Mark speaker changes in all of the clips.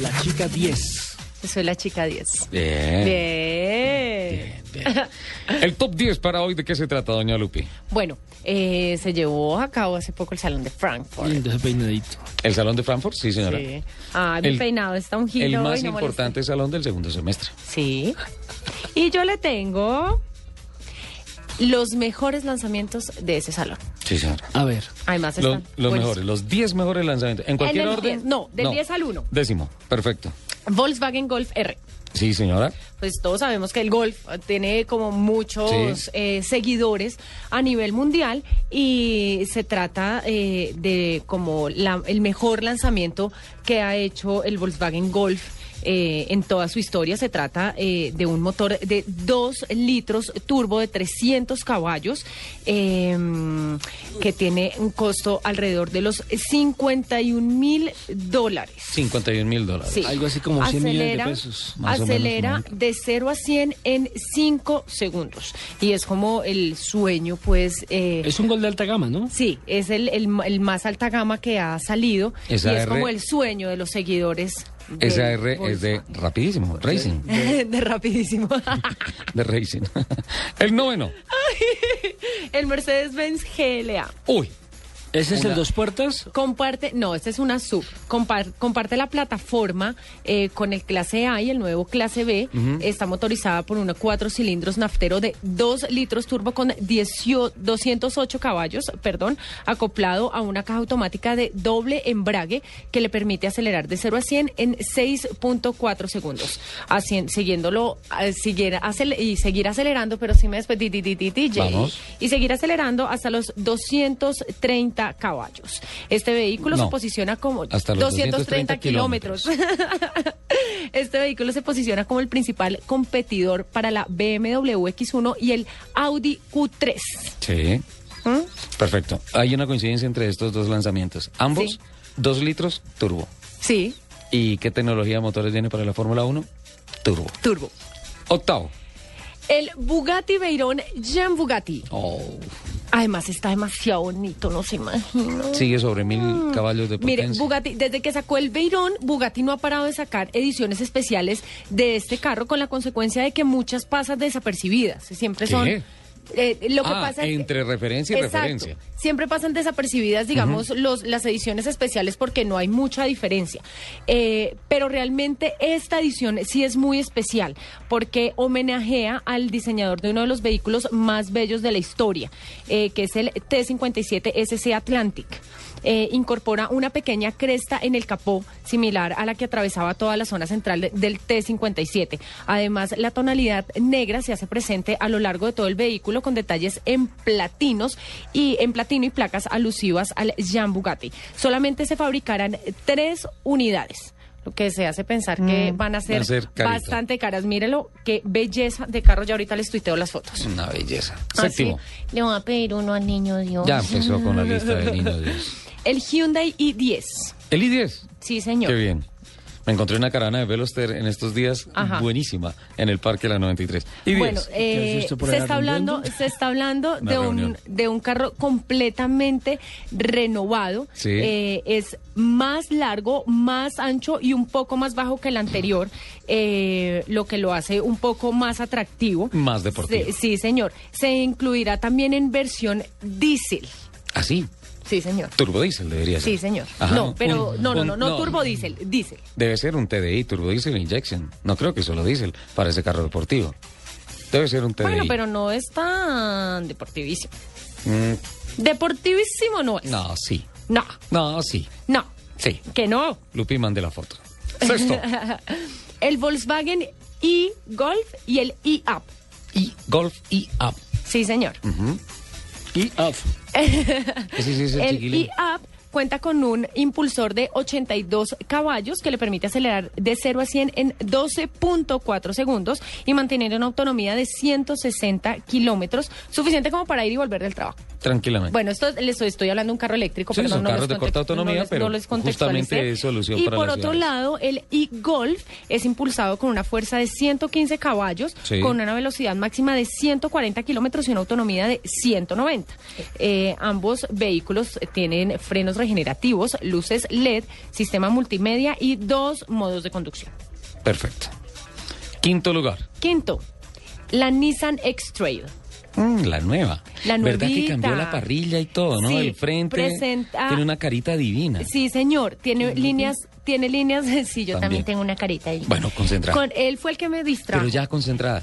Speaker 1: La chica 10.
Speaker 2: Soy la chica 10.
Speaker 3: Bien.
Speaker 2: Bien.
Speaker 3: Eh. Bien, bien. El top 10 para hoy, ¿de qué se trata, doña Lupi?
Speaker 2: Bueno, eh, se llevó a cabo hace poco el Salón de Frankfurt.
Speaker 1: Lindo ese peinadito.
Speaker 3: ¿El salón de Frankfurt? Sí, señora.
Speaker 2: Sí. Ah, mi
Speaker 3: El-
Speaker 2: peinado está un giro.
Speaker 3: El
Speaker 2: y
Speaker 3: más
Speaker 2: no
Speaker 3: importante salón del segundo semestre.
Speaker 2: molesta. Sí. Y yo le tengo los mejores lanzamientos de ese salón.
Speaker 3: Sí, señora.
Speaker 1: A ver.
Speaker 2: Además
Speaker 3: Los,
Speaker 2: están
Speaker 3: los
Speaker 2: buenos.
Speaker 3: mejores, los 10 mejores lanzamientos. ¿En cualquier
Speaker 2: del
Speaker 3: orden?
Speaker 2: 10, no, del 10 al 1.
Speaker 3: Décimo, perfecto.
Speaker 2: Volkswagen Golf R.
Speaker 3: Sí, señora.
Speaker 2: Pues todos sabemos que el golf eh, tiene como muchos
Speaker 3: Sí.
Speaker 2: eh, seguidores a nivel mundial y se trata eh, de como la- el mejor lanzamiento que ha hecho el Volkswagen Golf. eh, en toda su historia se trata eh, de un motor de 2 litros turbo de 300 caballos eh, que tiene un costo alrededor de los 51 mil dólares.
Speaker 3: 51 mil dólares.
Speaker 2: Sí.
Speaker 1: Algo así como 100 millones de pesos,
Speaker 3: más o menos,
Speaker 2: acelera
Speaker 3: ¿no?
Speaker 2: de 0 a 100 en 5 segundos. Y es como el sueño, pues... eh,
Speaker 1: Es un gol de alta gama, ¿no?
Speaker 2: Sí, es el, el, ma- el más alta gama que ha salido.
Speaker 3: Esa
Speaker 2: y es
Speaker 3: R-
Speaker 2: como el sueño de los seguidores. del
Speaker 3: Esa R es de
Speaker 2: Volkswagen.
Speaker 3: rapidísimo, racing.
Speaker 2: de rapidísimo.
Speaker 3: De racing. El noveno.
Speaker 2: el Mercedes-Benz GLA.
Speaker 3: Uy,
Speaker 1: Ese es
Speaker 3: Una-
Speaker 1: el dos puertas.
Speaker 2: Comparte, no, esta es una sub. Compar- comparte la plataforma eh, con el clase A y el nuevo clase B. Está motorizada por una cuatro cilindros naftero de 2 litros turbo con 18 208 caballos, perdón, acoplado a una caja automática de doble embrague que le permite acelerar de 0 a 100 en 6.4 segundos. Así, siguiéndolo, eh, siguiera acel- y seguir acelerando, pero sí me despedí, di, di, di, DJ
Speaker 3: Vamos.
Speaker 2: y seguir acelerando hasta los 230 caballos. Este vehículo
Speaker 3: No.
Speaker 2: se posiciona como
Speaker 3: Hasta los 230 kilómetros.
Speaker 2: este vehículo se posiciona como el principal competidor para la BMW X1 y el Audi ¿Mm? Q3.
Speaker 3: Sí. Perfecto. Hay una coincidencia entre estos dos lanzamientos. Ambos,
Speaker 2: Sí.
Speaker 3: dos litros turbo.
Speaker 2: Sí,
Speaker 3: ¿Y qué tecnología de motores viene para la Fórmula 1? Turbo.
Speaker 2: turbo.
Speaker 3: Octavo.
Speaker 2: El Bugatti Veyron Jean Bugatti.
Speaker 3: Oh.
Speaker 2: Además está demasiado bonito, no se imagino.
Speaker 3: Sigue sobre mil caballos de potencia.
Speaker 2: Mire, Bugatti, desde que sacó el Veyron, Bugatti no ha parado de sacar ediciones especiales de este carro con la consecuencia de que muchas pasan desapercibidas. Siempre
Speaker 3: ¿Qué?
Speaker 2: son... eh, lo que
Speaker 3: Ah,
Speaker 2: pasa es-
Speaker 3: entre referencia y
Speaker 2: Exacto.
Speaker 3: referencia.
Speaker 2: Siempre pasan desapercibidas, digamos, los, las ediciones especiales porque no hay mucha diferencia. Eh, pero realmente esta edición sí es muy especial porque homenajea al diseñador de uno de los vehículos más bellos de la historia, eh, que es el T57 SC Atlantic. Eh, incorpora una pequeña cresta en el capó similar a la que atravesaba toda la zona central de- del T57. Además, la tonalidad negra se hace presente a lo largo de todo el vehículo con detalles en platinos y en platino y placas alusivas al Jean Bugatti. Solamente se fabricarán tres unidades. Lo que se hace pensar que van a ser,
Speaker 3: a ser carito.
Speaker 2: bastante caras. Mírelo, qué belleza de carro. Ya ahorita les tuiteo las fotos.
Speaker 3: Una belleza.
Speaker 2: Así,
Speaker 3: Séptimo.
Speaker 2: Ah, le voy a pedir uno al niño Dios.
Speaker 3: Ya empezó con la lista de niños Dios.
Speaker 2: El Hyundai i10.
Speaker 3: El I-10.
Speaker 2: Sí, señor.
Speaker 3: Qué bien. Me encontré una carana de Veloster en estos días
Speaker 2: Ajá.
Speaker 3: buenísima en el Parque La 93. Y
Speaker 2: Bueno,
Speaker 1: ¿Qué
Speaker 2: eh,
Speaker 1: haces tú por
Speaker 2: se,
Speaker 1: allá
Speaker 2: está hablando,
Speaker 1: rindiendo?
Speaker 2: se está hablando
Speaker 3: Una
Speaker 2: de un,
Speaker 3: reunión.
Speaker 2: de un carro completamente renovado.
Speaker 3: Sí.
Speaker 2: Eh, es más largo, más ancho y un poco más bajo que el anterior, eh, lo que lo hace un poco más atractivo.
Speaker 3: Más deportivo.
Speaker 2: Se- sí, señor. Se incluirá también en versión diésel.
Speaker 3: Así.
Speaker 2: Sí, señor.
Speaker 3: Turbodiesel debería ser.
Speaker 2: Sí, señor.
Speaker 3: Ajá,
Speaker 2: no,
Speaker 3: un-
Speaker 2: pero no, no,
Speaker 3: un-
Speaker 2: no, no, turbo diésel, diésel.
Speaker 3: Debe ser un TDI, turbodiesel injection. No creo que solo diésel para ese carro deportivo. Debe ser un TDI.
Speaker 2: Bueno, pero no es tan deportivísimo.
Speaker 3: Mm,
Speaker 2: Deportivísimo no es.
Speaker 3: no, sí.
Speaker 2: No,
Speaker 3: No, sí.
Speaker 2: no,
Speaker 3: Sí.
Speaker 2: que no.
Speaker 3: Lupi, mande la foto. Sexto.
Speaker 2: El Volkswagen e-Golf y el e-Up.
Speaker 3: y Golf y Up.
Speaker 2: Sí, señor.
Speaker 1: Y ah, up.
Speaker 3: Ese sí es el,
Speaker 2: El
Speaker 3: chiquilín.
Speaker 2: e-Up cuenta con un impulsor de 82 caballos que le permite acelerar de 0 a 100 en 12.4 segundos y mantener una autonomía de 160 kilómetros, suficiente como para ir y volver del trabajo.
Speaker 3: Tranquilamente.
Speaker 2: Bueno, esto les estoy, estoy hablando de un carro eléctrico,
Speaker 3: Sí,
Speaker 2: pero
Speaker 3: son
Speaker 2: no,
Speaker 3: carros
Speaker 2: los
Speaker 3: de corta
Speaker 2: context-
Speaker 3: autonomía,
Speaker 2: no les-
Speaker 3: pero
Speaker 2: no les contextualicé.
Speaker 3: justamente es solución
Speaker 2: Y
Speaker 3: para
Speaker 2: por
Speaker 3: las
Speaker 2: otro
Speaker 3: ciudades.
Speaker 2: lado, el e-Golf es impulsado con una fuerza de 115 caballos,
Speaker 3: Sí.
Speaker 2: con una velocidad máxima de 140 kilómetros y una autonomía de 190. Eh, ambos vehículos tienen frenos regenerativos, luces LED, sistema multimedia y dos modos de conducción.
Speaker 3: Perfecto. Quinto lugar,
Speaker 2: Quinto, la Nissan X-Trail.
Speaker 3: mm, la nueva.
Speaker 2: La
Speaker 3: ¿Verdad que
Speaker 2: nuevita.
Speaker 3: cambió la parrilla y todo, no?
Speaker 2: Sí,
Speaker 3: el frente
Speaker 2: presenta-
Speaker 3: tiene una carita divina.
Speaker 2: Sí, señor, tiene líneas, tiene líneas, sí, yo
Speaker 3: También.
Speaker 2: también, tengo una carita ahí.
Speaker 3: Bueno, concentrada.
Speaker 2: Con él fue el que me distrajo.
Speaker 3: pero ya concentrada.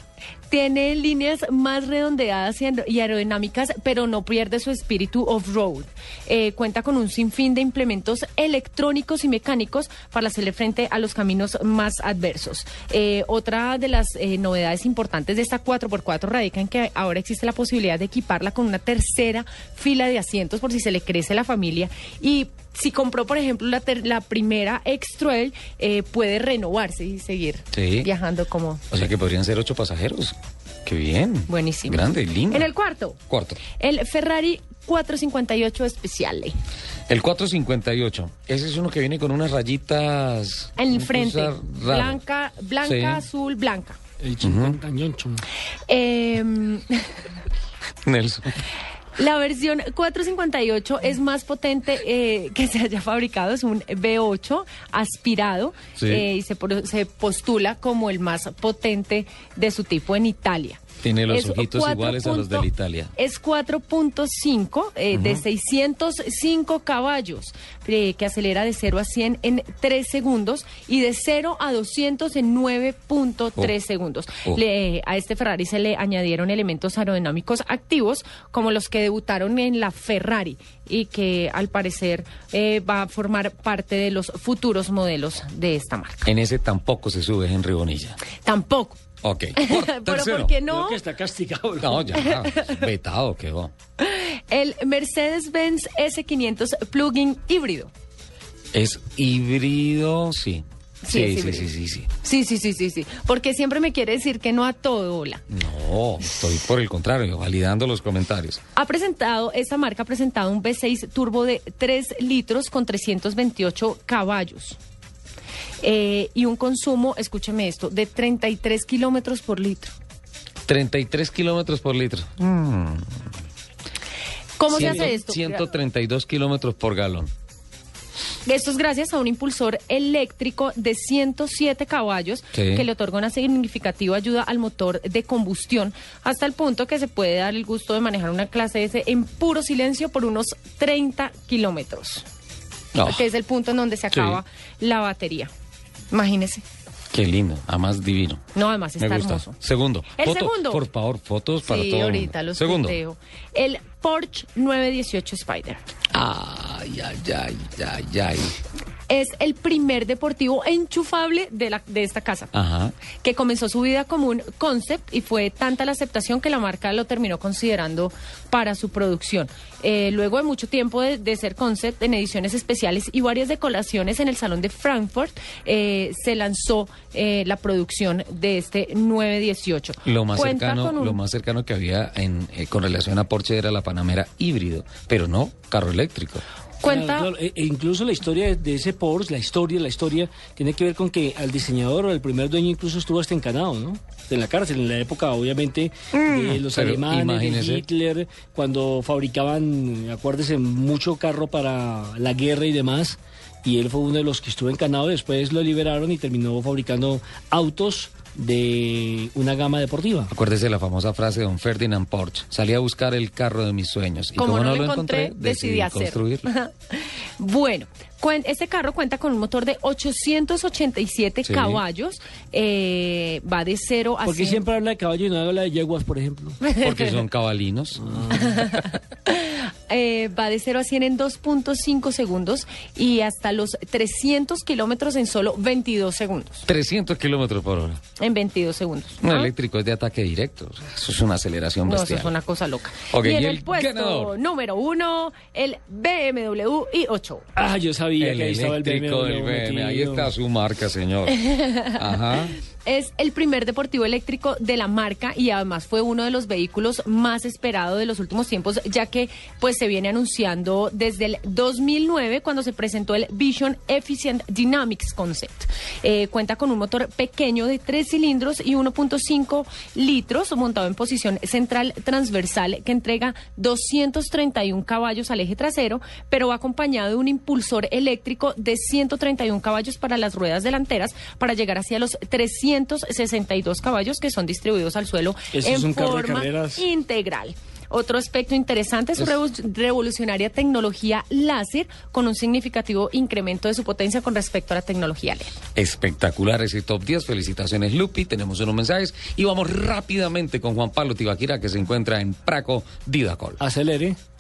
Speaker 2: Tiene líneas más redondeadas y aer- y aerodinámicas, pero no pierde su espíritu off-road. Eh, cuenta con un sinfín de implementos electrónicos y mecánicos para hacerle frente a los caminos más adversos. Eh, otra de las eh, novedades importantes de esta 4x4 radica en que ahora existe la posibilidad de equiparla con una tercera fila de asientos por si se le crece la familia y si compró, por ejemplo, la, ter- la primera X-Trail, eh, puede renovarse y seguir
Speaker 3: Sí.
Speaker 2: viajando como
Speaker 3: O sea que podrían ser ocho pasajeros. Qué bien.
Speaker 2: Buenísimo.
Speaker 3: Grande, lindo.
Speaker 2: En el cuarto,
Speaker 3: Cuarto.
Speaker 2: el Ferrari 458 especial.
Speaker 3: El 458. Ese es uno que viene con unas rayitas.
Speaker 2: En el
Speaker 3: un
Speaker 2: frente,
Speaker 3: cruzar raro.
Speaker 2: blanca, blanca,
Speaker 3: Sí.
Speaker 2: azul, blanca.
Speaker 1: El chingantañoncho.
Speaker 2: Em,
Speaker 3: Nelson.
Speaker 2: la versión 458 es más potente eh, que se haya fabricado, es un V8 aspirado
Speaker 3: Sí.
Speaker 2: eh, y se, pro- se postula como el más potente de su tipo en Italia.
Speaker 3: Tiene los
Speaker 2: Es
Speaker 3: ojitos
Speaker 2: cuatro
Speaker 3: iguales a los de
Speaker 2: punto-
Speaker 3: la Italia.
Speaker 2: Es 4.5 eh, de 605 caballos, eh, que acelera de 0 a 100 en 3 segundos y de 0 a 200 en 9.3
Speaker 3: Oh.
Speaker 2: segundos.
Speaker 3: Oh.
Speaker 2: Le- eh, a este Ferrari se le añadieron elementos aerodinámicos activos, como los que debutaron en la Ferrari y que al parecer eh, va a formar parte de los futuros modelos de esta marca.
Speaker 3: En ese tampoco se sube Henry Bonilla.
Speaker 2: Tampoco.
Speaker 3: Ok. Cuarto,
Speaker 2: Pero
Speaker 3: tercero.
Speaker 2: ¿por qué
Speaker 1: Creo
Speaker 2: no?
Speaker 1: que está castigado.
Speaker 3: No, ya. Vetado quedó.
Speaker 2: El Mercedes-Benz S500 plug-in híbrido.
Speaker 3: Es híbrido, sí.
Speaker 2: Sí, es
Speaker 3: sí, sí,
Speaker 2: híbrido.
Speaker 3: sí, sí.
Speaker 2: Sí, sí, sí, sí, sí. Porque siempre me quiere decir que no a todo, hola.
Speaker 3: No, estoy por el contrario, validando los comentarios.
Speaker 2: Ha presentado, esta marca ha presentado un V6 turbo de 3 litros con 328 caballos. Eh, y un consumo, escúcheme esto, de 33 kilómetros por litro.
Speaker 3: 33 kilómetros por litro.
Speaker 2: ¿Cómo se
Speaker 3: Ciento-
Speaker 2: hace esto?
Speaker 3: 132 kilómetros por galón.
Speaker 2: Esto es gracias a un impulsor eléctrico de 107 caballos
Speaker 3: Sí.
Speaker 2: que le otorga una significativa ayuda al motor de combustión hasta el punto que se puede dar el gusto de manejar una clase S en puro silencio por unos 30 kilómetros,
Speaker 3: No,
Speaker 2: que es el punto en donde se
Speaker 3: Sí.
Speaker 2: acaba la batería. Imagínese.
Speaker 3: qué lindo, además divino.
Speaker 2: No, además
Speaker 3: Me
Speaker 2: está
Speaker 3: gusta.
Speaker 2: hermoso.
Speaker 3: Segundo.
Speaker 2: El
Speaker 3: Foto,
Speaker 2: segundo.
Speaker 3: Por favor, fotos para
Speaker 2: sí,
Speaker 3: todo. el
Speaker 2: ahorita
Speaker 3: mundo.
Speaker 2: los
Speaker 3: Segundo.
Speaker 2: tuiteo. El Porsche 918 Spider.
Speaker 3: Ay, ay, ay, ay, ay.
Speaker 2: Es el primer deportivo enchufable de, la, de esta casa.
Speaker 3: Ajá.
Speaker 2: que comenzó su vida como un concept y fue tanta la aceptación que la marca lo terminó considerando para su producción. Eh, luego de mucho tiempo de, de ser concept en ediciones especiales y varias decoraciones en el Salón de Frankfurt, eh, se lanzó eh, la producción de este 918.
Speaker 3: Lo más,
Speaker 2: Cuenta
Speaker 3: cercano,
Speaker 2: con un-
Speaker 3: lo más cercano que había en, eh, con relación a Porsche era la Panamera híbrido, pero no carro eléctrico.
Speaker 2: Cuenta...
Speaker 1: Claro, claro, e- e incluso la historia de ese Porsche, la historia, la historia, tiene que ver con que al diseñador o al primer dueño incluso estuvo hasta encanado, ¿no? En la cárcel, en la época, obviamente, de los
Speaker 3: pero
Speaker 1: alemanes,
Speaker 3: imagínese.
Speaker 1: de Hitler, cuando fabricaban, acuérdese, mucho carro para la guerra y demás. Y él fue uno de los que estuvo encanado. Después lo liberaron y terminó fabricando autos de una gama deportiva.
Speaker 3: Acuérdese de la famosa frase de don Ferdinand Porsche, salí a buscar el carro de mis sueños. Y como, no, lo encontré, decidí, construirlo.
Speaker 2: bueno, cuen- este carro cuenta con un motor de 887
Speaker 3: Sí.
Speaker 2: caballos, eh, va de 0 a
Speaker 1: Porque
Speaker 2: 100.
Speaker 1: siempre habla de caballo y no habla de yeguas, por ejemplo.
Speaker 3: Porque son cabalinos.
Speaker 2: eh, va de 0 a 100 en 2.5 segundos y hasta los 300 kilómetros en solo 22 segundos.
Speaker 3: 300 kilómetros por hora.
Speaker 2: En 22 segundos.
Speaker 3: Un eléctrico es de ataque directo. o sea, Eso es una aceleración
Speaker 2: Ah. No, eso
Speaker 3: bestial.
Speaker 2: es una cosa loca.
Speaker 3: Ok,
Speaker 2: y en el,
Speaker 3: y el
Speaker 2: puesto
Speaker 3: ganador.
Speaker 2: número uno, el BMW i8.
Speaker 1: Ah, yo sabía que ahí estaba el
Speaker 3: eléctrico
Speaker 1: BMW.
Speaker 3: del BMW. Ahí
Speaker 1: metido.
Speaker 3: está su marca, señor. Ajá.
Speaker 2: Es el primer deportivo eléctrico de la marca y además fue uno de los vehículos más esperados de los últimos tiempos, ya que pues se viene anunciando desde el 2009 cuando se presentó el Vision Efficient Dynamics Concept. Eh, cuenta con un motor pequeño de 3 cilindros y 1.5 litros montado en posición central transversal que entrega 231 caballos al eje trasero, pero va acompañado de un impulsor eléctrico de 131 caballos para las ruedas delanteras para llegar hacia los 362 caballos que son distribuidos al suelo
Speaker 1: Eso
Speaker 2: en
Speaker 1: es un carro de
Speaker 2: forma
Speaker 1: carreras.
Speaker 2: integral. Otro aspecto interesante es su revo- revolucionaria tecnología láser con un significativo incremento de su potencia con respecto a la tecnología LED.
Speaker 3: Espectacular ese top 10. Felicitaciones, Lupi. Tenemos unos mensajes. Y vamos rápidamente con Juan Pablo Tibaquira, que se encuentra en Praco, Didacol.
Speaker 1: Acelere.